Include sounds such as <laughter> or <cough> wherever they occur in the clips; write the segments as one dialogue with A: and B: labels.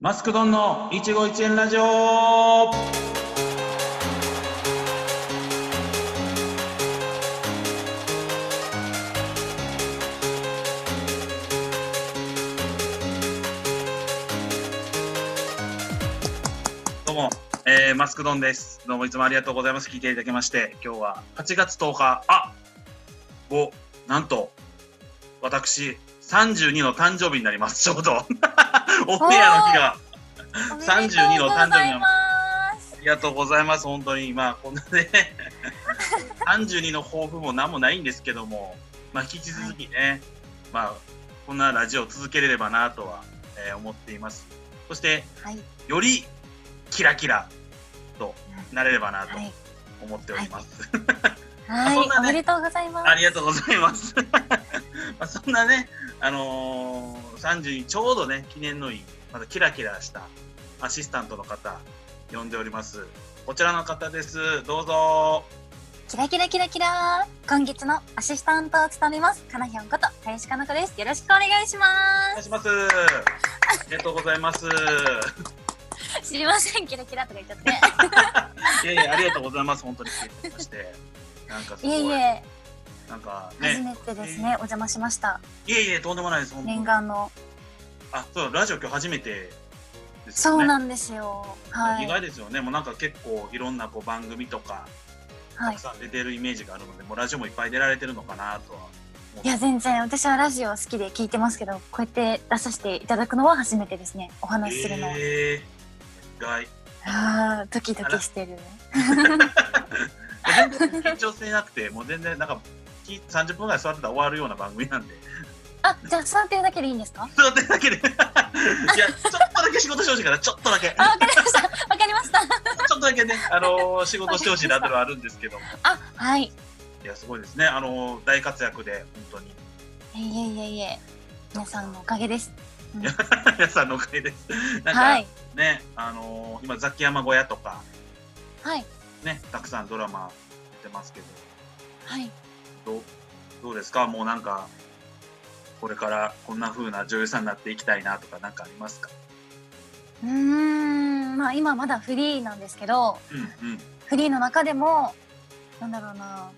A: マスクドンの一期一円ラジオどうも、えーマスクドンです。どうもいつもありがとうございます。聞いていただきまして、今日は8月10日、あを、なんと、私、32の誕生日になります。ちょうど。オンエアの日が。
B: おめでとうございます
A: ありがとうございます、本当に。まあ、こんなね、32の抱負も何もないんですけども、まあ、引き続きね、まあ、こんなラジオを続けれればなとは、えー思っています。そして、
B: はい、
A: よりキラキラとなれればなと
B: はい、
A: 思っております。
B: はい
A: そんな
B: お
A: ね
B: めでとうございます。
A: ありがとうございます。 <laughs> まあ、そんなね、あのー、32ちょうどね、記念のいい、またキラキラしたアシスタントの方、呼んでおります。こちらの方です。どうぞ。
B: キラキラキラキラー。今月のアシスタントを務めます、かなひょんこと林かなこです。よろしくお願いし
A: お願
B: ま
A: いします。ありがとうござい
B: <laughs>
A: ます。
B: す。知りません、キラキラとか言っち
A: <laughs>
B: ゃって。
A: いやいや、ありがとうございます。本当に来ていただきまして。なんかす
B: い
A: ごい。
B: えいえ、
A: なんか
B: 初
A: ね。
B: めてですね、お邪魔しました。
A: いえいえ、とんでもないです。本当
B: 念
A: に。
B: 願の。
A: あ、そう、ラジオ今日初めてです
B: そ
A: よ
B: う
A: ね。
B: なんですよ。は
A: 意
B: い。
A: 外ですよね。もうなんか結構いろんなこう番組とか、
B: は
A: た
B: い
A: く。さん出てるイメージがあるので、もうラジオもいっぱい出られてるのかなとは。
B: いや、全然、私はラジオ好きで聞いてますけど、こうやって出させていただくのは初めてですね。お話しするのは。
A: えー、意外。
B: ああ、ドキドキしてる。
A: 全然緊張してなくて、もう全然なんか、き30分ぐらい座ってたら終わるような番組なんで。
B: あ、じゃあ座ってるだけでいいんですか
A: 座ってるだ
B: <laughs>
A: けで。いや、ちょっとだけ仕事してほしいから、ちょっとだけ。
B: あ、わかりました。わかりました。
A: ちょっとだけね、あの
B: <laughs>
A: ー仕事してほしいなってのはあるんですけども、
B: あ、はい。
A: いや、すごいですね、あのー大活躍で、本当に、 <laughs>
B: いえいえいえ。皆さんのおかげです。
A: 皆さんのおかげです。なんか、
B: はい。
A: ね、あのー今、ザキヤマ小屋とか、
B: はい。
A: ね、たくさんドラマ出てますけ
B: はい。
A: ど、どうどうですか、もうなんか、これからこんな風な女優さんになっていきたいなとか、なんかありますか
B: うーん。まあ今まだフリーなんですけど、
A: うんうん。
B: フリーの中でも、なんだろうな。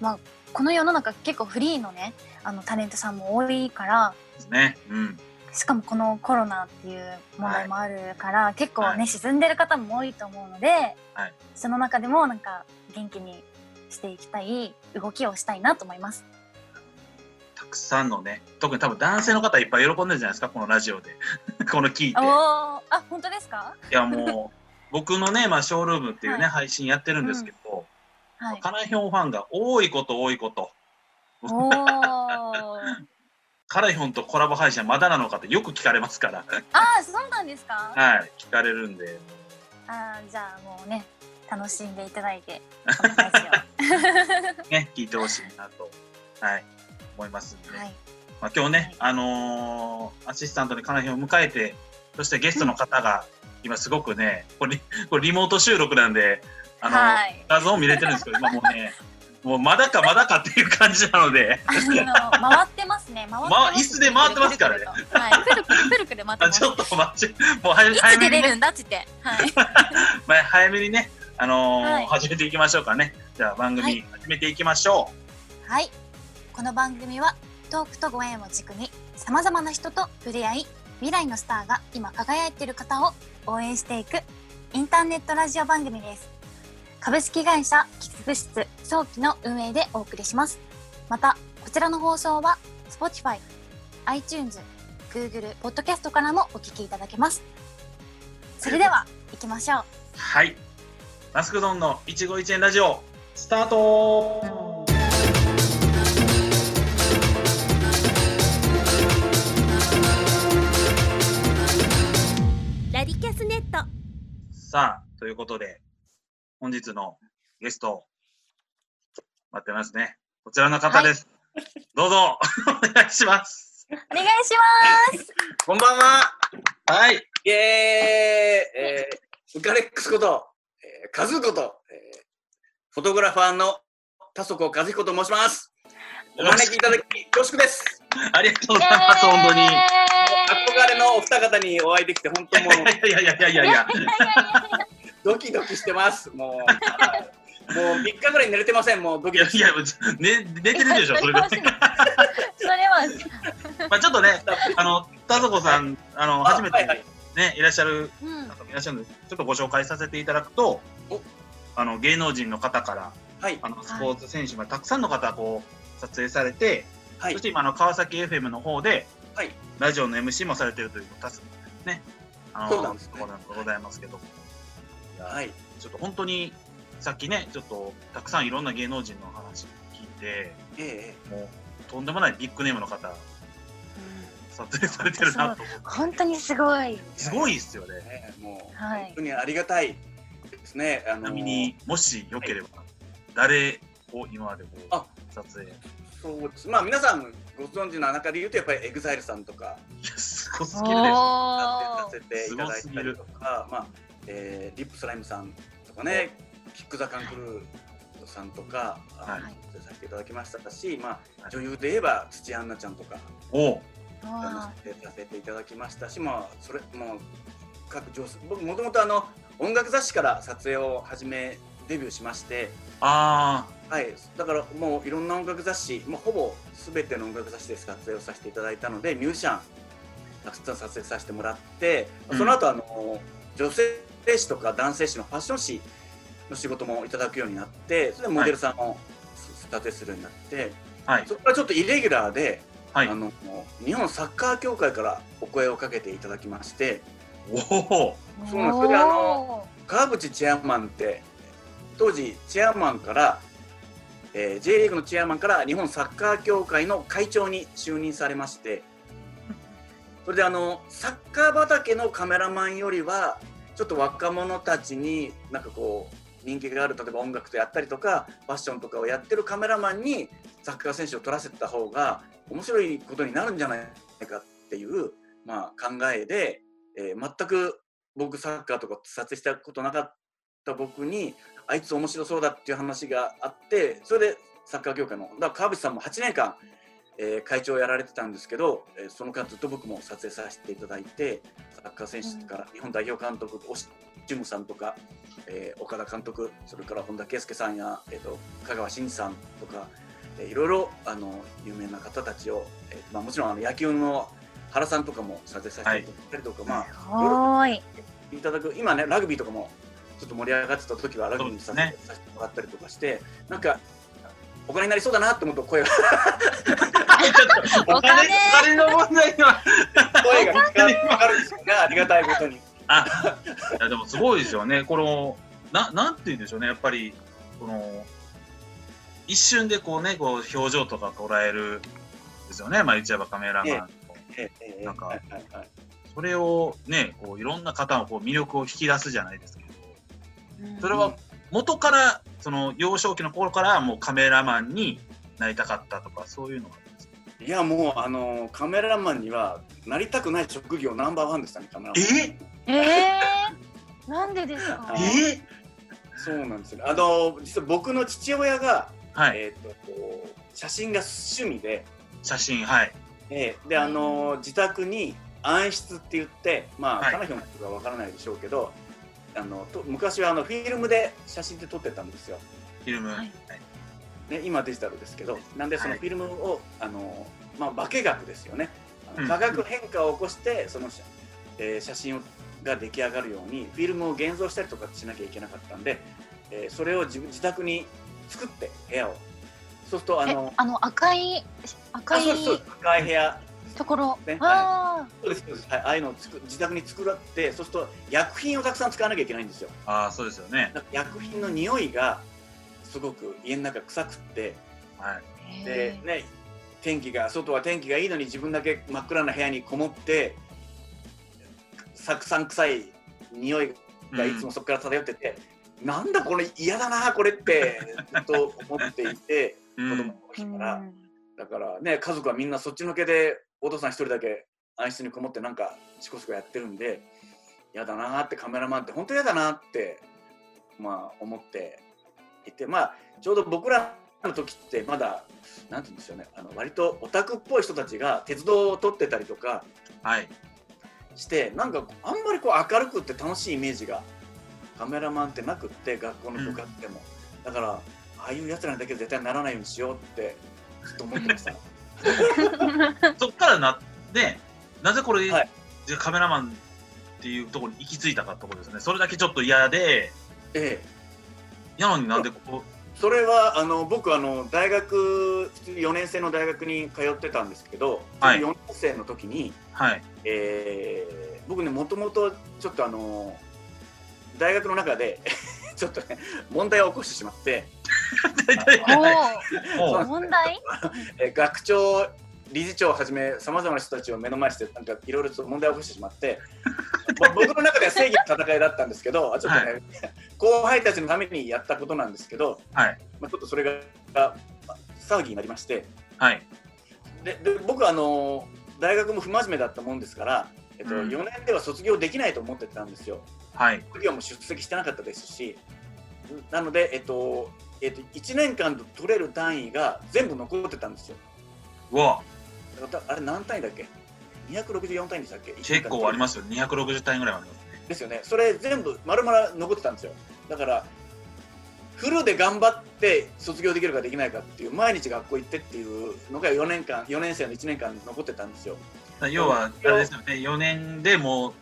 B: まあ、この世の中結構フリーのね、あのタレントさんも多いから、
A: ですね。うん。
B: しかもこのコロナっていう問題もあるから、結構ね、
A: は
B: 沈んでる方も多いと思うので、
A: はい
B: その中でもなんか元気にしていきたい動きをしたいなと思います。
A: たくさんのね、特に多分男性の方いっぱい喜んでるじゃないですか、このラジオで。 <laughs> この聞いて
B: お。お、あ、本当ですか？
A: いやもう僕のね、まあ、ショールームっていうね、
B: はい
A: 配信やってるんですけど、
B: はい。
A: カナヒョンファンが多いこと多いこと、
B: おお、あ
A: カナヒョンとコラボ配信はまだなのかってよく聞かれますから、
B: あ、そうなんですか？あ
A: はい、聞かれるんで、
B: あー、じゃあもうね、楽しんでいただい
A: <laughs>
B: て、このラジ
A: ね、聞いてほしいなと、はい、思いますんで、
B: オはい。
A: まあ、今日ね、
B: はい
A: あのーアシスタントにカナヒョンを迎えて、そしてゲストの方が、今すごくね、これリこれリモート収録なんで、あの
B: はい
A: 画像見れてるんですけど、今もうね、もうまだかまだかっていう感じなので。
B: あの回ってますね。回っ
A: ま
B: てま
A: あ
B: す、
A: 椅子で回ってますからね
B: くるく
A: <laughs>
B: るとはい。くるくるくるくる回って
A: あ
B: ます
A: ち。ょっと待って、もう早
B: い
A: 早
B: つ
A: め
B: 出
A: に
B: れ
A: ね、
B: るんだっつって。はい。
A: まあ早めにね、あのー
B: はい
A: 始めていきましょうかね。じゃあ番
B: は
A: 組
B: い
A: 始めていきましょ
B: はい。この番組はトークとご縁を軸に様々な人と触れ合い、未来のスターが今輝いている方を応援していくインターネットラジオ番組です。株式会社企画室早期の運営でお送りします。また、こちらの放送は Spotify、iTunes、Google、Podcast からもお聞きいただけます。それでは、行きましょう。
A: う。はい。マスクドンの一期一会ラジオスタート。
C: ラディキャスネット
A: さあということで本日のゲスト待ってますね。こちらの方です。どうぞお願いします。
B: お願いします。
D: こんばんは。
A: はい。
D: イエーイ。えー、ウカレックスこと、えー、カズーこと、えー、フォトグラファーの田底和彦と申します。お招きいただき、恐縮です。
A: <laughs> ありがとうございます、本当に。い
D: 憧れのお二方にお会いできて、本当もう、
A: やいやいやいやいや、
D: ドキドキしてます。もう、もう3日ぐらい寝れてません。もう、ド
A: い
D: キド
A: や
D: キ
A: いや、ね、寝てるでしょ、それぐらい。
B: <laughs> それは
A: まあちょっとね、あの、田底さん、あの、
D: あ
A: 初めて
D: はいはい
A: ね、いらっしゃる
E: うん
A: 方もいらっしゃるので、ちょっとご紹介させていただくと
D: お、
A: あの、芸能人の方から、
D: はい。
A: あの、スポーツ選手までたくさんの方、こう、撮影されて、
D: はい
A: そし。て今、あの、川崎 FM の方で、
D: はい
A: ラジオの MC もされてるという、たすね、あの、
D: そうなんですね
A: ところなんでございますけど、
D: はい。
A: ちょっと本当に、さっきね、ちょっと、たくさんいろんな芸能人の話聞いて、
D: ええ
A: もう、とんでもないビッグネームの方、撮影されてるなと思って。
B: 本当にすごい。
A: すごいっすよね。
D: ええもう、
B: はい
D: 本当にありがたいですね。あ
A: ち
D: の
A: なみに、もしよければ、誰を今までこう
D: あ
A: 撮影い
D: そうです。まあ、皆さんご存知の中で言うと、やっぱりエグザイルさんとか、
A: や、すごす
B: お
A: ぎるでしょ。
D: さ
B: お
D: せていただいたりとか、まあ、えーリップスライムさんとかね、キック・ザ・カンクルードさんとか、
A: はい
D: あの出演させていただきましたし、ま
A: は
D: あ、
A: い
D: 女優で言えば土屋アンナちゃんとか、
A: おう
D: あの出演させていただきましたし、まあ、それもう各上司、僕、もともとあの音楽雑誌から撮影を始め、デビューしまして、
A: あ
D: はい、だからもういろんな音楽雑誌、まあ、ほぼ全ての音楽雑誌で撮影をさせていただいたのでミュージシャンたくさん撮影させてもらって、
A: うん
D: その後あの女性誌とか男性誌のファッション誌の仕事もいただくようになってそれでモデルさんを撮影するようになって、
A: あ、はい
D: そ、こからちょっとイレギュラーで、
A: はい
D: あ。の日本サッカー協会からお声をかけていただきまして
A: おお、
D: そうなんですそれであの川淵チェアマンって当時チェアマンから、えー J リーグのチェアマンから日本サッカー協会の会長に就任されましてそれであのサッカー畑のカメラマンよりはちょっと若者たちになんかこう人気がある例えば音楽とやったりとかファッションとかをやってるカメラマンにサッカー選手を撮らせた方が面白いことになるんじゃないかっていう、まあ、考えで、えー全く僕サッカーとか撮影したことなかった僕にあいつ面白そうだっていう話があってそれでサッカー業界のだから川淵さんも8年間、えー会長をやられてたんですけど、えーその間ずっと僕も撮影させていただいてサッカー選手から日本代表監督オシジュムさんとか、えー岡田監督それから本田圭佑さんや、えー、と香川真司さんとか、えーいろいろあの有名な方たちを、えーまあ、もちろんあの野球の原さんとかも撮影させていただいたりとか、まあ
B: ごい。
D: いただく今ねラグビーとかもちょっと盛り上がってた時はラグビーにさ
A: そう
D: せ,、
A: です
D: させてもらったりとかしてなんかお金になりそうだなって思う
A: <laughs>
D: と声が
A: ちょっとお
B: お金
A: 金、お金の問題には。
D: 声がかかるかかるんですよねありがたいこと
A: <laughs>
D: に。
A: あ、いや、でもすごいですよね。この、な、なんて言うんでしょうね。やっぱり、この。一瞬でこうね、こう表情とか捉える。ですよね。まあ、言っちゃえばカメラマンの。
D: ええええ
A: なんか
D: はいはいはい
A: それをね、こういろんな方のこう魅力を引き出すじゃないですけど、それは元から、その幼少期の頃からもうカメラマンになりたかったとか、そういうのがあるんですか
D: いやもうあのカメラマンにはなりたくない職業ナンバーワンでしたねカメラマン。
A: え
B: えー、なんでですか。
A: え
D: そうなんですよね。あの実は僕の父親が、
A: はい、
D: えっ、とこう写真が趣味で、
A: 写真、はい。
D: ええであのー自宅に暗室って言ってまあ
A: はい
D: 彼女のことはわからないでしょうけど、あのと昔はあのフィルムで写真って撮ってたんですよ、
A: フィルム。
B: はい
D: ね、今はデジタルですけどなんでその
A: はい
D: フィルムを、あのーまあ、化学ですよねあ
A: うん
D: の化学変化を起こしてその、えー写真をが出来上がるようにフィルムを現像したりとかしなきゃいけなかったんで、えーそれを自自宅に作って部屋をそうするとあ
B: え
D: の、
B: あの赤い赤
D: あ
B: い
D: そうですそうです赤い部屋
B: ところ
D: ね。
B: あ
D: そうですそうですはい、ああいうのをつく自宅に作らってそうすると薬品をたくさん使わなきゃいけないんですよ
A: ああ、そうですよね。
D: だから薬品の匂いがすごく家の中臭くって
A: はい。
B: あ。
D: で、ね、天気が外は天気がいいのに自分だけ真っ暗な部屋にこもってたくさん臭い匂いがいつもそこから漂ってて、なんだこれ嫌だなこれってずっと思っていて
A: うん
D: 子
A: うん
D: 供の時から。だからね家族はみんなそっちのけでお父さん一人だけ暗室にこもってなんかシコシコやってるんで嫌だなーってカメラマンって本当嫌だなってまあ思っていてまあちょうど僕らの時ってまだなんて言うんですよねあの割とオタクっぽい人たちが鉄道を取ってたりとか
A: はい。
D: してなんかあんまりこう明るくって楽しいイメージがカメラマンってなくって学校の部活でも、だからああいうやつらにだけは絶対ならないようにしようってずっと思ってました
A: そっからな、ね、なぜこれ、
D: はい
A: じゃあカメラマンっていうところに行き着いたかってことですね。それだけちょっと嫌で、
D: ええ
A: やのになんでこ
D: それはあの僕あの大学普通4年生の大学に通ってたんですけど、
A: はい
D: 4年生の時に、
A: う、はい。
D: えー僕ねもともとちょっとあの大学の中で <laughs> ちょっとね問題を起こしてしまって、
A: <laughs>
D: <laughs>
B: お
A: も
B: お。
A: う
B: 問題？
D: えー学長理事長をはじめさまざまな人たちを目の前にしてなんかいろいろと問題を起こしてしまって <laughs> ぼ僕の中では正義の戦いだったんですけどちょっとね、後輩たちのためにやったことなんですけど、
A: はい
D: まあ、ちょっとそれがまあ騒ぎになりまして
A: はい。
D: でで僕はあの大学も不真面目だったもんですから、えっと
A: うん
D: 4年では卒業できないと思ってたんですよ。
A: はい。
D: 授業も出席してなかったですしなので、えっとえっと、1年間で取れる単位が全部残ってたんですよ。
A: うわ、
D: だからあれ何単位だっけ ?264 単位でしたっけ
A: 結構あり
D: す
A: ますよ。260単位ぐらいはありますね。
D: ですよねそれ全部丸々残ってたんですよだからフルで頑張って卒業できるかできないかっていう毎日学校行ってっていうのが4年間4年生の1年間残ってたんですよ
A: だから要は、あれですよね、4年でもう、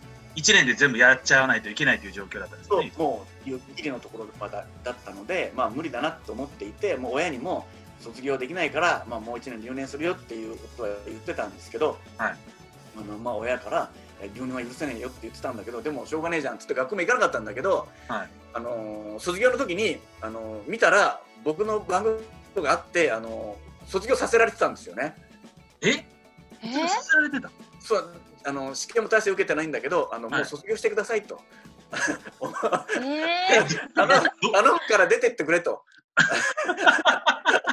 A: 1年で全部やっちゃわないといけないという状況だったんです
D: そう
A: ね。
D: もうギリのところまだだったのでまあ無理だなと思っていてもう親にも卒業できないから、まあ、もう1年留年するよっていうことは言ってたんですけど、
A: はい
D: あのまあ、親からえ留年は許せねえよって言ってたんだけどでもしょうがねえじゃんっつって学校も行かなかったんだけど、
A: はい
D: あのー卒業の時に、あのー見たら僕の番号があって、あのー卒業させられてたんですよね。
A: え
B: え
A: それさせられてた
D: そうあのー試験も大して受けてないんだけどあの、
A: はい
D: もう卒業してください
A: <laughs>
D: と
B: えー、
D: あのあの子から出てってくれと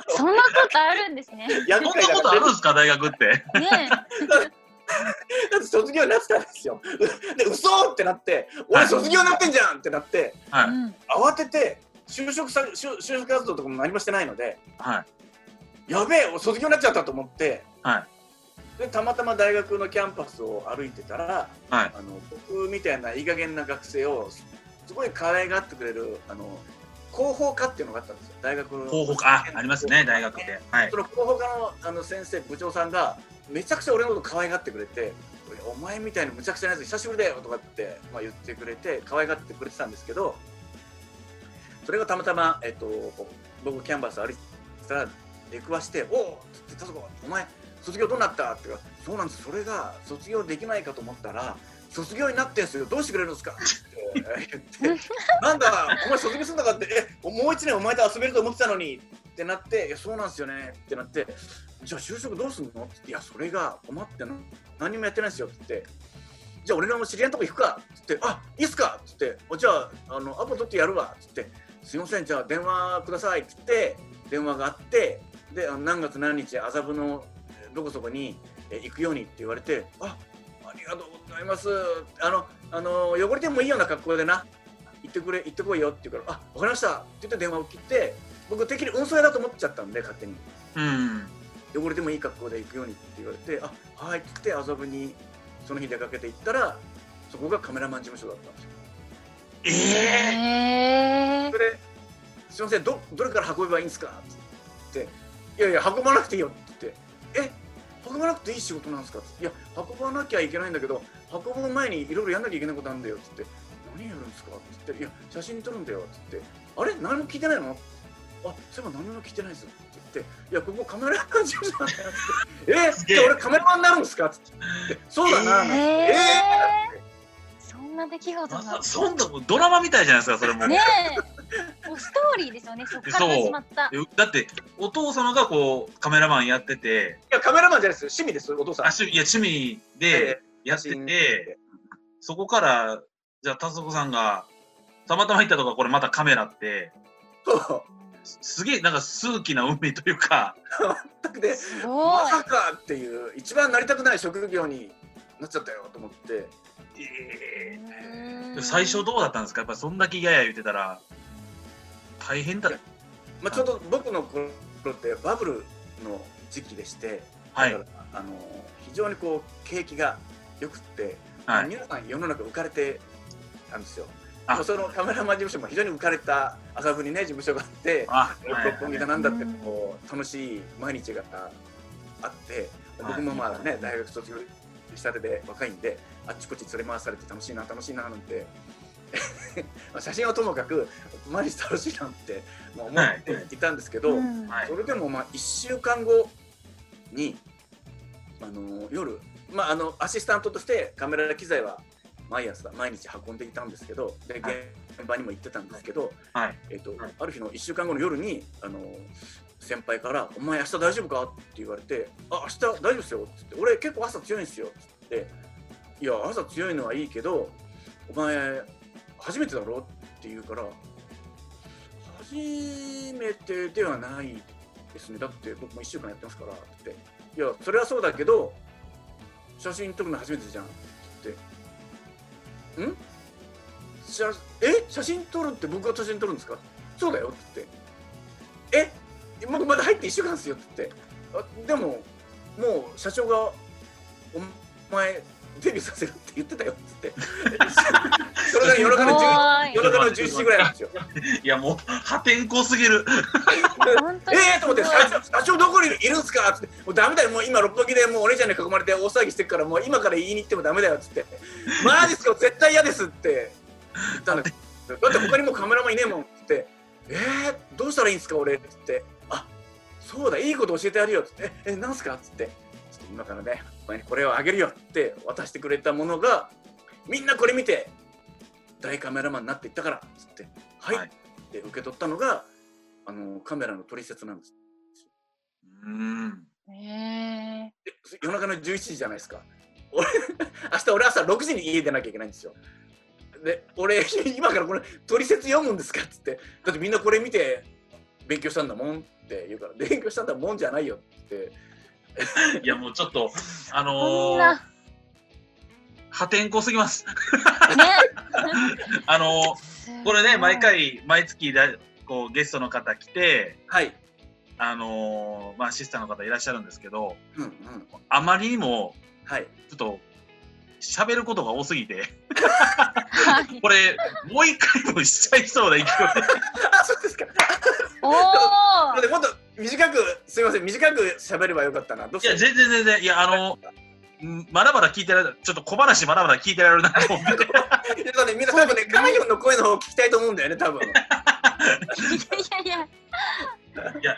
B: そんなことあるんですね。ね
D: や
A: そんなことあるんですか、大学って。
D: だって卒業になってたんですよ。 <laughs> で嘘ってなって俺卒業になってんじゃんってなって
A: は
B: え、う
A: い。
B: ん、
D: 慌てて就職さ就就職活動とかも何もしてないので
A: はい。
D: やべえ俺卒業になっちゃったと思って、
A: は
D: でたまたま大学のキャンパスを歩いてたら
A: はい。
D: あの僕みたいないい加減な学生をすすごい可愛がってくれるあの広報課っていうのがあったんですよ大学の
A: 広報課、あ、ありますね、大学で。はい
D: そ。の広報課のあの先生部長さんがめちゃくちゃ俺のこと可愛がってくれて「お前みたいにむちゃくちゃなやつ久しぶりだよ」とかって、まあ、言ってくれて可愛がってくれてたんですけどそれがたまたま、えっと、僕キャンバス歩いてたら出くわして「おお!」っつって「そこお前卒業どうなった?」って言うからそうなんですそれが卒業できないかと思ったら卒業になってんすよどうしてくれるんですか?」って言って「なんだお前卒業するんだかってえもう一年お前と遊べると思ってたのに」ってなって「いやそうなんですよね」ってなって「じゃあ就職どうすんの?」って言って「いやそれが困ってな何にもやってないですよ」って言って「じゃあ俺の知り合いのとこ行くか」って言って「あいいっすか」って言ってあ「じゃああのアポ取ってやるわ」って言って「すいませんじゃあ電話ください」って言って電話があってであの何月何日麻布のえーどこそこにえー行くようにって言われて「あありがとうございますあのあの汚れてもいいような格好でな行ってくれ行ってこいよ」って言うから「あわかりました」って言って電話を切って僕てっきり運送屋だと思っちゃったんで勝手に
A: うん。
D: 汚れてもいい格好で行くようにって言われて「あはい」って言って麻布にその日出かけて行ったらそこがカメラマン事務所だったんですよ
A: え
B: え
A: え
B: え
D: それですいませんどどれから運べばいいんですか?」って言って「いやいや運ばなくていいよ」って言って「え運ばなくていい仕事なんですか?」って「いや運ばなきゃいけないんだけど運ぶ前にいろいろやんなきゃいけないことあるんだよ」って言って「何やるんですか?」って言って「いや写真撮るんだよ」って言って「あれ何も聞いてないの?」あそういえば何も聞いてないですよって言って「いやここカメラマン事務所なんだよ」って言って「え
A: す
D: っ
A: げえ
D: じゃあ俺カメラマンになるんですか?」って言って「そうだな」
A: え
B: え
A: ー
D: え
B: そんな出来事が。
A: ー。そんなもうドラマみたいじゃないですか、それも。
B: ねえ、もうストーリーですよね。そっから
A: そう
B: 始まった。
A: えだって、お父様がこう、カメラマンやってて、
D: いやカメラマンじゃないですよ趣味ですお父さん
A: あ、」趣味いや趣味でやってて、そこから、じゃあ、達子さんが、たまたま行ったとか、これまたカメラって、
D: そう
A: すすげえ、なんか数奇な運命というか、
D: 全くで
B: す
D: ま
B: ごい。
D: さかっていう一番なりたくない職業になっちゃったよと思って
A: え
B: うー
A: ー
B: ん
A: 最初どうだったんですかやっぱそんだけ嫌や言ってたら、大変だ。
D: まあ、ちょうど僕のこロってバブルの時期でして、
A: はい
D: だからあの非常にこう景気が良くって、
A: はい。
D: 皆さん世の中浮かれてたんですよ。
A: あ
D: もうそのカメラマン事務所も非常に浮かれた麻布にね事務所があって、
A: あ、
D: 六本木だなんだって
B: うん
D: こう楽しい毎日があって
A: はい
D: 僕もまあね大学卒業したてで若いんであっちこっち連れ回されて楽しいな楽しいななんて <laughs> まあ写真はともかく毎日楽しいなんてまあ思っていたんですけど、
E: うん
A: はい
D: それでもまあ1週間後にあの夜、まあ、あのアシスタントとしてカメラ機材は毎朝毎日運んでいたんですけどで
A: はい
D: 現場にも行ってたんですけど、
A: はい。
D: えっと
A: はい
D: ある日の1週間後の夜にあの先輩から「お前明日大丈夫か?」って言われて「あ明日大丈夫ですよ」っつって「俺結構朝強いんですよ」っつって「いや朝強いのはいいけどお前初めてだろ?」って言うから「初めてではないですねだって僕も1週間やってますから」って「いやそれはそうだけど写真撮るの初めてじゃん」って言って「ん写え写真撮るって僕が写真撮るんですかそうだよって言って「え僕まだ入って1週間ですよ」って言ってあでももう社長が「お前デビューさせるって言ってたよ」って言ってそれが夜中の
A: す
D: 10
B: ごい
D: 夜中の11時ぐらいなんですよ。
A: いや、もう、破天荒すぎる。
B: 本当に
D: ええと思って、社長、社長どこにいるんですかって、もうダメだよ、もう今六本木でもうお姉ちゃんに囲まれて大騒ぎしてるから、もう今から言いに行ってもダメだよっつって、マジっすか、絶対嫌ですって言ったんです。だって他にもうカメラマンいねえもんっつって、えー、どうしたらいいんですか、俺っつって、あそうだ、いいこと教えてやるよっつって、え、なんすかっつって、ちょっと今からね、お前にこれをあげるよって渡してくれたものが、みんなこれ見て、大カメラマンになっていったからっつって、はい、
A: はい
D: って受け取ったのが、あのカメラの取説なんです。
A: うん。
B: え
D: 夜中の11時じゃないですか俺 <laughs> 明日俺朝6時に家出なきゃいけないんですよで俺 <laughs> 今からこれ取説読むんですかっつってだってみんなこれ見て勉強したんだもんって言うから勉強したんだもんじゃないよって
A: いや、もうちょっと、あ
B: ー、こ
A: の
B: ん
A: ー
B: な、
A: 破天荒すぎます。 <laughs>
B: ね、
A: あの
B: すご
A: <laughs>
B: い
A: ーこれね、毎、回、毎月だ、こう、ゲストの方来て、
D: はい
A: あのーまあ、シスターの方いらっしゃるんですけど、
D: うんうん
A: あまりにも、
D: はい
A: ちょっと、喋ることが多すぎ
B: <laughs>
A: て、
B: はい
A: これ、もう一回もしちゃいそうな
B: <laughs>
A: 勢い
D: あそうですか
B: お
D: なの
B: お、
D: でもっと短くすいません短く喋ればよかったなどう
A: いや、
D: した
A: 全然全然、いや、あの、うんまだまだ聞いてられる、ちょっと小話まだまだ聞いてられるなと思
B: <laughs>
A: って、
D: だからねみんな多分ねカーヨンの声の方を聞きたいと思うんだよね多分
B: いやいやいや、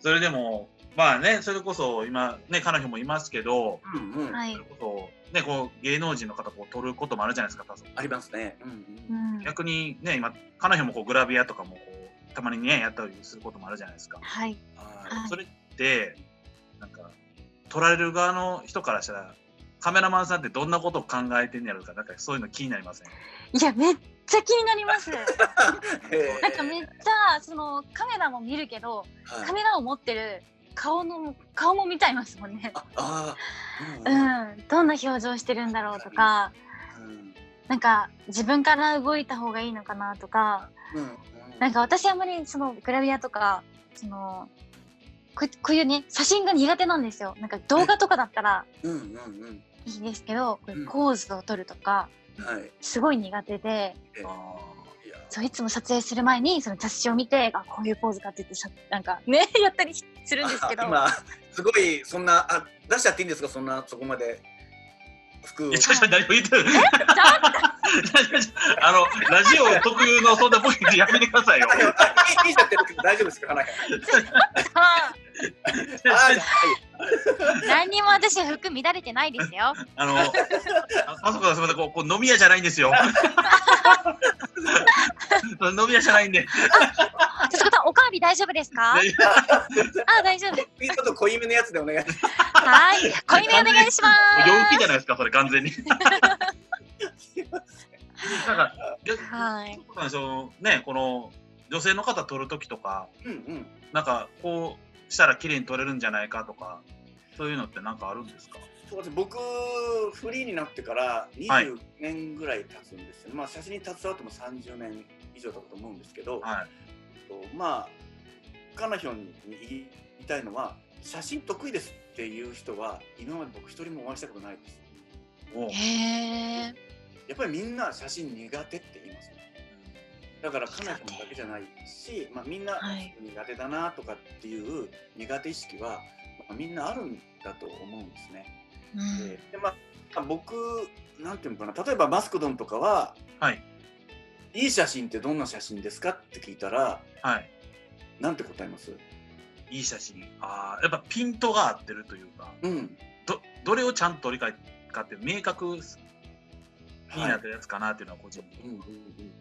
A: それでも、まあね、それこそ今、ね、彼女もいますけど、
D: うんうん、
E: はい
A: それこそ、ね、こう、芸能人の方、こう、撮ることもあるじゃないですか、多分
D: ありますねうんうん
E: うん
A: 逆にね、今、彼女もこう、グラビアとかも、こう、たまにね、やったりすることもあるじゃないですか。
E: はい
D: は
A: それって、なんか、撮られる側の人からしたら、カメラマンさんってどんなことを考えてんやろうか、なんかそういうの気になりません。
B: いやめっちゃ気になり
A: <laughs>
B: ます。
D: いえー
B: なんかめっちゃそのカメラも見るけど、
D: はい
B: カメラを持ってる顔の顔も見ちゃいますもんね。
D: ああ
B: う
D: ー、
B: ん、どんな表情してるんだろうとか、
D: うんうん
B: なんか自分から動いた方がいいのかなとか、
D: うんうん
B: なんか私あんまりそのグラビアとかそのこうこういうね写真が苦手なんですよ。なんか動画とかだったら
D: うんうん
B: いいですけど、こういううんポーズを撮るとか
D: うんはい
B: すごい苦手で、
D: えいや
B: そういつも撮影する前にその雑誌を見て、あこういうポーズかって言ってしゃなんかねやったりするんですけど、
D: あ <laughs> 今すごいそんなあ出しちゃっていいんですかそんなそこまで服を
A: いや、ちょちょ、何を言ってる
B: ちょっと
A: <laughs> あの、ラジオ特有のそんなポイントやめてくださいよ。
D: あいやあいいいいじゃってるけど大丈夫ですか花屋
B: <laughs>
A: <laughs>
D: あーじゃ
B: 何にも私服乱れてないですよ。
A: あの、ああそこはすみません、こうこう飲み屋じゃないんですよ。 <laughs> 飲み屋じゃないんで、
B: 徹子さんおかわり大丈夫ですか？
A: 大
B: あ大丈夫。
D: あちょっと濃いめのやつでお願いします
B: はい、濃いめお願いします。
A: 陽気じゃないですか、それ完全に。
B: <laughs>
A: だから、で
B: はい
A: そうなんですよね、この女性の方撮る時とか、
D: うんうん
A: なんかこうしたら綺麗に撮れるんじゃないかとか、そういうのってなんかあるんですか。
D: そうです僕フリーになってから
A: はい
D: 20年ぐらい経つんですよ、まあ写真に携わっても30年以上だと思うんですけど、
A: はい。
D: とまあカナヒョンに言いたいのは写真得意ですっていう人は今まで僕一人もお会いしたことないです
A: お
B: へえ。
D: やっぱりみんな写真苦手って言いますねだからカナヒョンだけじゃないし、まあ、みんな
B: はい
D: 苦手だなとかっていう苦手意識は、まあみんなあるんだと思うんですね
B: うん
D: ででまあ僕なんていうのかな例えばマスクドンとかは、
A: はい、
D: いい写真ってどんな写真ですかって聞いたら
A: はい
D: なんて答えます
A: いい写真あーやっぱピントが合ってるというか
D: うん、
A: どどれをちゃんと理解かって明確に
D: はい
A: なってるやつかなっていうのは個人
D: うん
A: 的
D: うん
A: に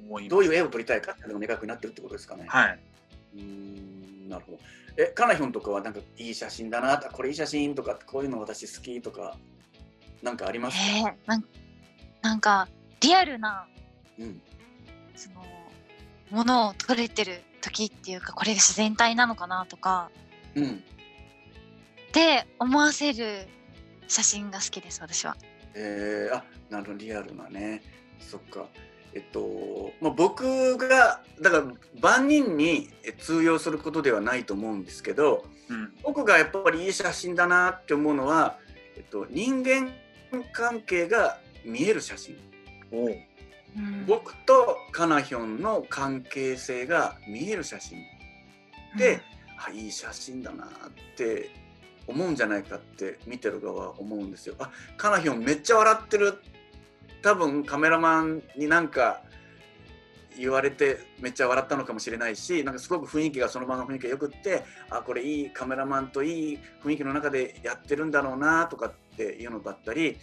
D: うん
A: 思い
D: うん
A: ます、
D: どういう絵を撮りたいかっていうのが明確になってるってことですかね。
A: はい、
D: うーんなるほど。え、カナヒョンとかはなんかいい写真だな、これいい写真とか、こういうの私好きとか、なんかありますか、
B: へえ。なんなんかリアルな
D: うん。
B: そのものを撮れてる時っていうかこれが自然体なのかなとか
D: うん。
B: って思わせる写真が好きです私は。
D: えーあ、なるほど、リアルなね。そっか。えっと、まあ、僕が、だから万人にえ通用することではないと思うんですけど、
A: うん、
D: 僕がやっぱりいい写真だなって思うのは、えっと、人間関係が見える写真。
A: お
B: うん
D: 僕とカナヒョンの関係性が見える写真で、あいい写真だなって思うんじゃないかって見てる側は思うんですよ。あカナヒョンめっちゃ笑ってる多分カメラマンになんか言われてめっちゃ笑ったのかもしれないしなんかすごく雰囲気がその場の雰囲気がよくってあこれいいカメラマンといい雰囲気の中でやってるんだろうなとかっていうのだったり、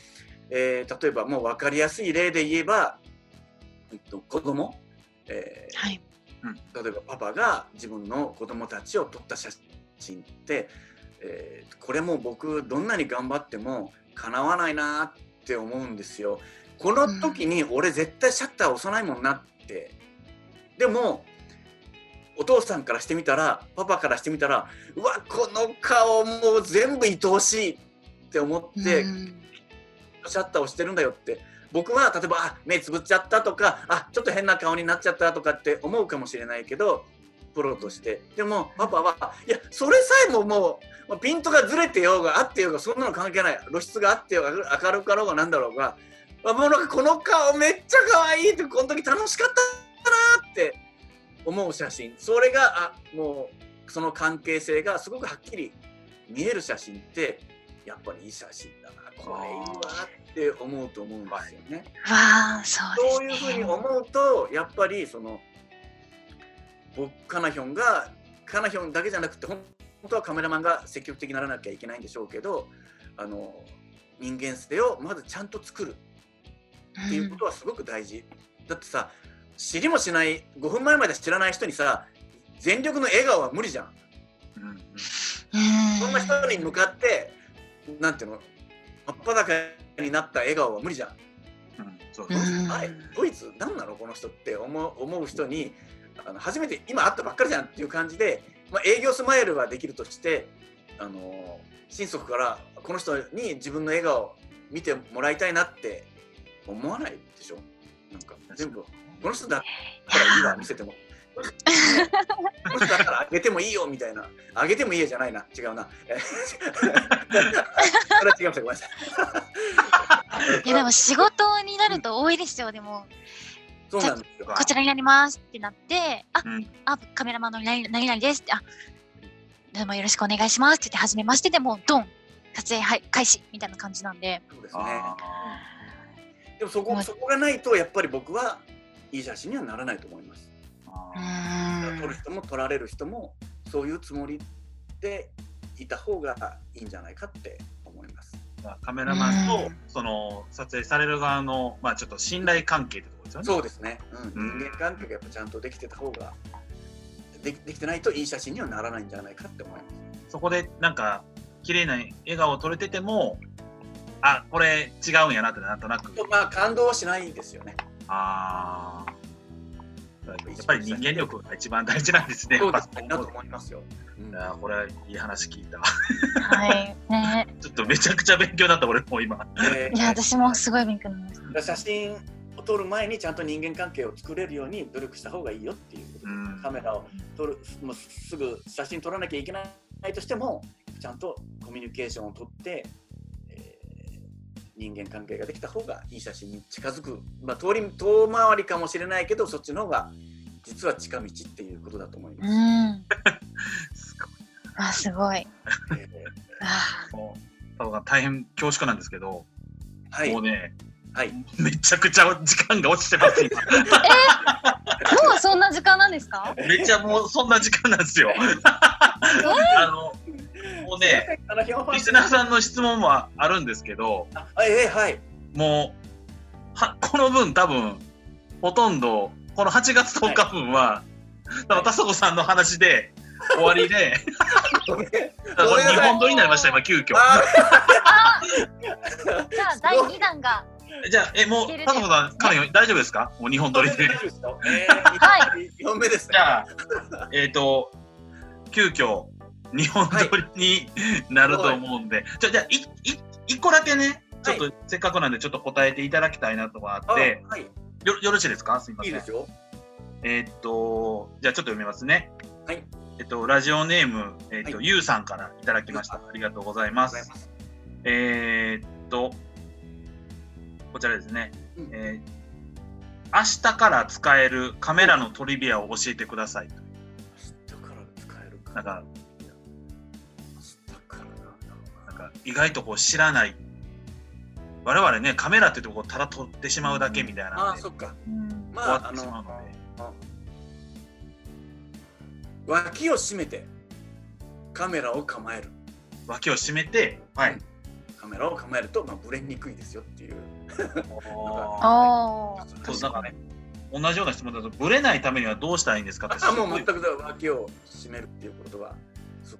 D: えー例えばもう分かりやすい例で言えば、えっと、子供、えー
B: はい。
D: 例えばパパが自分の子供たちを撮った写真って、えーこれもう僕どんなに頑張っても叶わないなって思うんですよ。この時に俺絶対シャッター押さないもんなって。でもお父さんからしてみたらパパからしてみたらうわこの顔もう全部愛おしいって思って、
B: うん
D: シャッターをしてるんだよって僕は例えばあ目つぶっちゃったとかあちょっと変な顔になっちゃったとかって思うかもしれないけどプロとしてでもパパはいやそれさえももうまあピントがずれてようがあってようがそんなの関係ない露出があってようが明るかろうがなんだろうがまあもうなんかこの顔めっちゃ可愛いってこの時楽しかったなって思う写真それがあもうその関係性がすごくはっきり見える写真ってやっぱりいい写真だなこれいいわって思うと思うんですよね。
B: わあそう
D: そう
B: で
D: いう
B: す
D: ふうに
B: ね。
D: 思うとやっぱりその僕カナヒョンがカナヒョンだけじゃなくて本当はカメラマンが積極的にならなきゃいけないんでしょうけどあの人間性をまずちゃんと作るっていうことはすごく大事、だってさ知りもしない5分前まで知らない人にさ全力の笑顔は無理じゃん
A: うんうん
B: うん
D: そんな人に向かってなんていうの真っ裸になった笑顔は無理じゃん
A: うんそう
B: う
A: そうそうん
D: あれドイツ何なのこの人って思う思う人にあの初めて今会ったばっかりじゃんっていう感じで、まあ、営業スマイルはできるとしてあの心底からこの人に自分の笑顔を見てもらいたいなって思わないでしょなんか全部この人だったらいいわ見せても。この人だったらあげてもいいよみたいなあげてもいいよじゃないな違うなえ <laughs> それは違いましたごめんなさい
B: いやでも仕事になると多いですよでも
D: そうなんですよ
B: こちらになりますってなってあ、
A: うん
B: あカメラマンの何々々ですってあどうもよろしくお願いしますって言って初めましてでもうドン撮影はい開始みたいな感じなんで
D: そうですね
A: あ
D: でもそこ
B: はい
D: そこがないとやっぱり僕はいい写真にはならないと思います。
A: ーあ
B: う
A: ー
B: ーん
D: 撮る人も撮られる人もそういうつもりでいた方がいいんじゃないかって思います。
A: まあカメラマン
B: う
A: と
B: ん
A: その撮影される側の、まあ、ちょっと信頼関係ってところですよね。
D: そうですね。う、
A: うんん
D: 人間関係がやっぱちゃんとできてた方ができできてないといい写真にはならないんじゃないかって思います。
A: そこでなんか綺麗な笑顔を撮れててもあこれ違うんやなってなんとなく
D: とまあ感動はしないですよね。
A: あーやっぱり人間力が一番大事なんですね。
D: そうですね。
A: や
D: だ
A: っ
D: と
A: ぱ
D: 思いますよ。うん
A: いやーこれはいい話聞いた。
B: はいね
A: ちょっとめちゃくちゃ勉強だった俺も今。
D: えー
B: いや私もすごい勉強になりました
D: 写真を撮る前にちゃんと人間関係を作れるように努力した方がいいよっていうこと
A: うん
D: カメラを撮る、もうすぐ写真撮らなきゃいけないとしても、ちゃんとコミュニケーションを取って、えー人間関係ができた方がいい写真に近づく、まあ、通り遠回りかもしれないけど、そっちの方が実は近道っていうことだと思いま
B: う
A: す
B: ん。
D: す。
A: ごい
B: あ、すごい。
D: えー
B: あ
A: もう多分大変恐縮なんですけど、
D: はい
A: もう、ね、
D: はい
A: めちゃくちゃ時間が落ちてます、今
B: ーもうそんな時間なんですか
A: <laughs> めちゃもうそんな時間なんですよ。
B: <laughs>
A: あのもうね、
D: あの、ヒョンファン
A: リスナーさんの質問もあるんですけど、
D: あえー <laughs> はい。
A: もうはこの分多分ほとんどこの8月10日分は、多分田底さんの話で終わり <laughs> で、
D: ごめん
A: だからこれ日
D: ごめんなさい
A: 本撮りになりました今急遽。
D: あ
B: あじゃあ第2弾が。
A: じゃあえもう
B: いけるね
A: 田底さん彼女大丈夫ですか？もう日本撮りで。
D: は。
B: はい
D: 四目です
A: じ
D: ね。
A: ゃあ、えっ、と、急遽、日本撮りになると思うんで、じゃあ、じゃあ、い、い、一個だけね、ちょっと、せっかくなんで、ちょっと答えていただきたいなとかあ
D: あ
A: っ
D: は
A: て、
D: い。
A: よ、よろしいですかすみま
D: い
A: せ
D: い
A: ん。
D: ですよ。
A: えっ、と、じゃあ、ちょっと読みますね。
D: はい。
A: えっと、ラジオネーム、えっ、と、
D: はい
A: ゆうさんからいただきました。ありがとうござい
D: ありが
A: ま
D: とうござい
A: す
D: ま。す。
A: えーっと、こちらですね、
D: うん
A: えー明日から使えるカメラのトリビアを教えてください。
D: だから使えるか。
A: なんか、
D: だからなんだろう
A: なん
D: な。
A: か意外とこう知らない我々ねカメラってとこただ撮ってしまうだけみたい
D: あ
A: な
D: あ
A: んで
D: そ
A: 終
D: っか。
B: うん
D: ま
A: わ
D: ああ
A: ってしまうの
D: の
A: で
D: 脇を締めてカメラを構える。
A: 脇を締めてはい
D: カメラを構えるとまあブレにくいですよっていう。
A: そ
B: おー
A: うなんかね同じような質問だとブレないためにはどうしたらいいんですかって
D: あもう全
A: すごい
D: くだ脇を締めるっていうことはす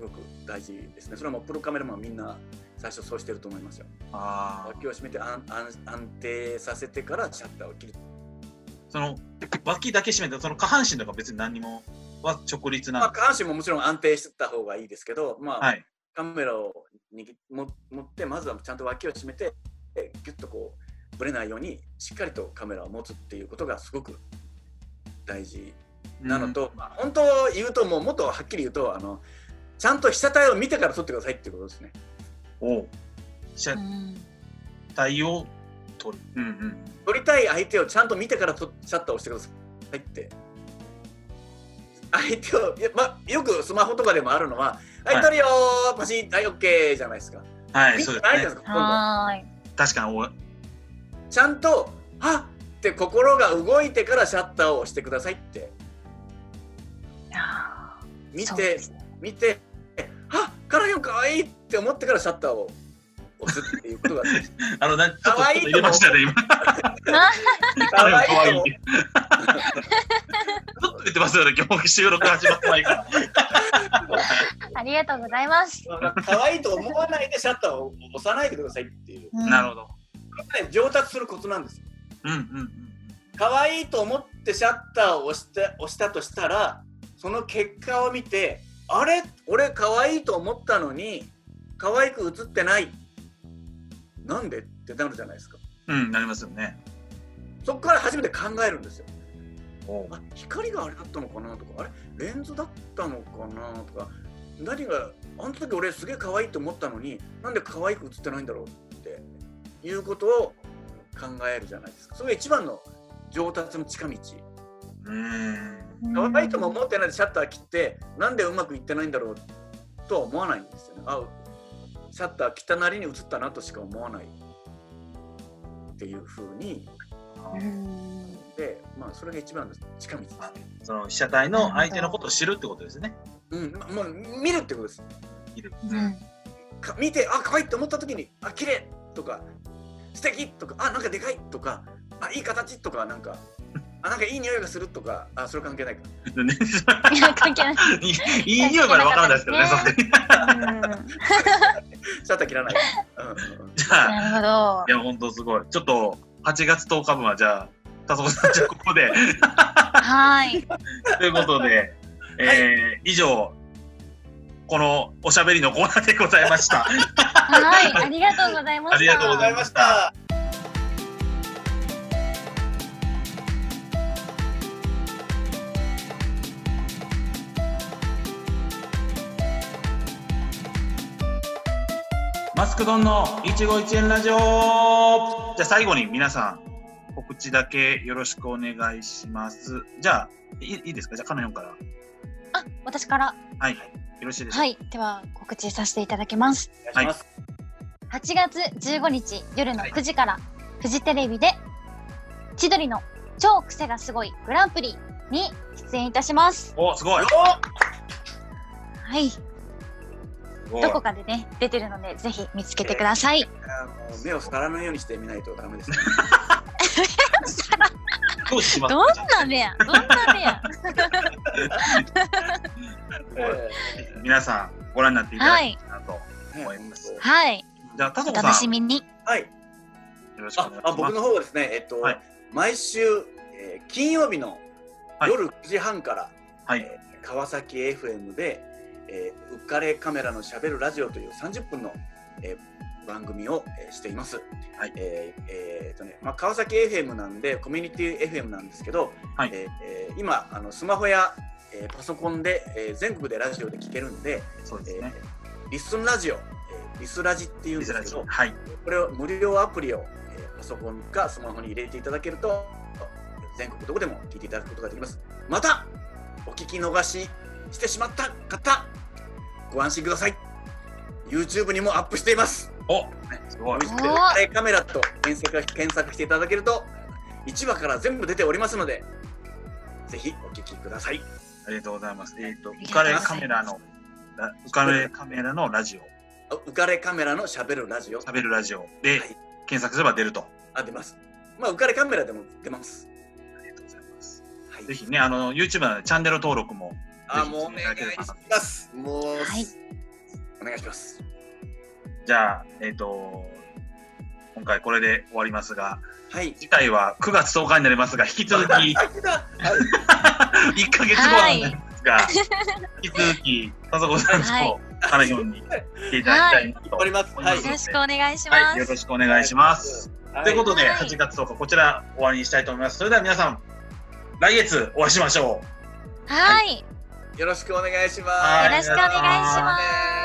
D: ごく大事ですね。それはもうプロカメラマンみんな最初そうしてると思いますよ。
A: あー
D: 脇を締めて安安安定させてからシャッターを切る。
A: その脇だけ締めてその下半身とか別に何にもは直立
D: ま
A: な
D: あ、下半身ももちろん安定してた方がいいですけど、まあ
A: はい
D: カメラを握っも持ってまずはちゃんと脇を締めてえギュッとこうぶれないようにしっかりとカメラを持つっていうことがすごく大事なのと、まあ、本当言うともうもっとはっきり言うとあのちゃんと被写体を見てから撮ってくださいっていうことですね。
A: うんお車
B: うん
A: 体を取るうんうん
D: 撮りたい相手をちゃんと見てからとシャッターを押してくださいって。相手を、いやま、よくスマホとかでもあるのは、
A: はい
D: はい、撮るよー、パシン、はい、オッケーじゃないですか。
A: はい
D: 見
A: そう
D: て
A: で
D: ない
A: すね
D: じゃないですか、今
B: はーい。
A: うん確かにお <laughs>
D: 度。ちゃんと、はっって心が動いてからシャッターを押してくださいって。
B: あー
D: 見
B: そうで
D: て、
B: す
D: 見て、はっ、カラヨンかわいいって思ってからシャッターを押すっていうことが大 <laughs> 事。
A: あのなちょっとちょ
D: 可
A: っ
D: 愛
A: と
D: い
A: 入
D: と思
A: れ
D: う
A: ましたね今
B: あ
D: 可愛いと <laughs> 思う
A: ずっと言ってますよね、今日収録始まってないから。
B: ありがとうございます。
D: 可愛いと思わないでシャッターを押さないでくださいっていう。
A: なるほ
B: ほ
A: ど。
D: ね上達するコツなんです。
A: うんうんうん。
D: 可愛いと思ってシャッターを押した押したとしたらその結果を見てあれ俺可愛いと思ったのに可愛く映ってないなんでってなるじゃないですか
A: うん、なりますよね。
D: そこから初めて考えるんですよ
A: お
D: あ光があれだったのかなとかあれレンズだったのかなとか何があの時俺すげえ可愛いと思ったのになんで可愛く映ってないんだろうっていうことを考えるじゃないですかそれが一番の上達の近道
A: うーん。
D: 可愛いとも思ってないでシャッター切ってなんでうまくいってないんだろうとは思わないんですよねあシャッター切ったなりに映ったなとしか思わないっていうふうに
B: うん。
D: でまあそれが一番の近道です、
A: その被写体の相手のことを知るってことですね。
D: うんままあ、見るってことです
A: いる。
B: うん
D: か見てあ可愛いと思った時にあ綺麗とか素敵とかあなんかでかいとかあいい形とかなんかあなんかいい匂いがするとかあそれ関係ないか
A: ね
B: いや関係ない。
A: <laughs> いいいい匂いまでわからないですけどね、
B: ね
A: それ
B: うん
D: シャッター切らない、うんうんうん
A: じゃあ、
B: なるほ
A: いや、本当すごい。ちょっと、8月10日分は、じゃあ、田底さん、じゃあ、ここ
B: <laughs>
A: で。
B: ど。はい。
A: ということで、えー、以上、このおしゃべりのコーナーでございました。
B: はい。ありがとうございました。
A: ありがとうございました。マスクドンの一期一円ラジオじゃあ最後に皆さん、告知だけよろしくお願いします。じゃあ、いいいですかじゃあ、カノヨンから。
B: あ、私から。
A: はい、はい。よろしいですか、
B: はい。では、告知させていただきます。
D: お願いします。
B: 8月15日夜の9時から、フジテレビで、千鳥の超癖がすごいグランプリに出演いたします。
A: お、すごい。
B: はい。どこかでね、出てるので、ぜひ見つけてください。
D: あの目をすからないようにして見ないとダメ
A: <laughs>
D: ですね。
A: どうします
B: どんな目やどんな目や
D: え
A: 皆さん、ご覧になっていただきたいなと。
D: えね
A: 思います
D: 本
B: はい。
A: じゃあ、タソ
B: お
A: コ
B: 楽
A: さ
B: し
A: ん、よ
B: みに。
D: 当はい。
A: ろしくお
D: あ
A: 願いしま
D: あ
A: す。
D: 僕の方はですね、えっと、
A: はい
D: 毎週、えー金曜日の
A: はい
D: 夜9時半から、
A: はい
D: えー川崎 FM で、えーうっかれカメラのしゃべるラジオという30分の、えー番組を、えーしています。
A: はい
D: えーえーとねまあ、川崎 FM なんでコミュニティ FM なんですけど、
A: はい
D: えーえー今あのスマホや、えーパソコンで、えー全国でラジオで聞けるんで、
A: そうで
D: え
A: す
D: ー
A: ね。
D: リスンラジオ、えーリスラジっていうん
A: リス
D: です
A: ラ
D: け
A: ジ
D: ど
A: オ。、はい。
D: これを無料アプリを、えーパソコンかスマホに入れていただけると全国どこでも聞いていただくことができますまたお聞き逃ししてしまった方ご安心ください YouTube にもアップしています
A: お、すごい。
B: お
D: あ
B: ー
D: れカメラと検索検索していただけると1話から全部出ておりますのでぜひお聞きください
A: ありがとうございます。えっ、と、
B: り
A: 浮か
B: がとうござ
A: れ
B: います
A: カメラの、ラ浮かれカメラのラジオ、
D: あ浮かれカメラのしゃべるラジオ
A: 喋るラジオで、
D: はい
A: 検索すれば出ると。
D: あ出ますまあ浮かれカメラでも出ます
A: ありがとうございます。
D: はい
A: ぜひね、あの、YouTube なのでチャンネル登録も。
D: あもうお願いします。もう、
B: はい
D: お願いします。
A: じゃあ、えっ、と、今回これで終わりますが、
D: はい。
A: 次回は9月10日になりますが、引き続き1
D: あ来たはい
A: ヶ月後なんですが、引き続き、笹子さん
B: は
A: と
B: い
A: カメオンに来ていただきたいなと
D: 終わります。
A: 思いま
D: は
A: すので。
D: い
B: よろしくお願いしま
A: はい、よ
B: す。
A: ろしくお願いします。。ということで、
B: はい
A: 8月10日、こちら終わりにしたいと思います。それでは皆さん、来月お会いしましょう。
B: はい。
D: よろしくお願いします。
A: はい
B: よろしくお願いします。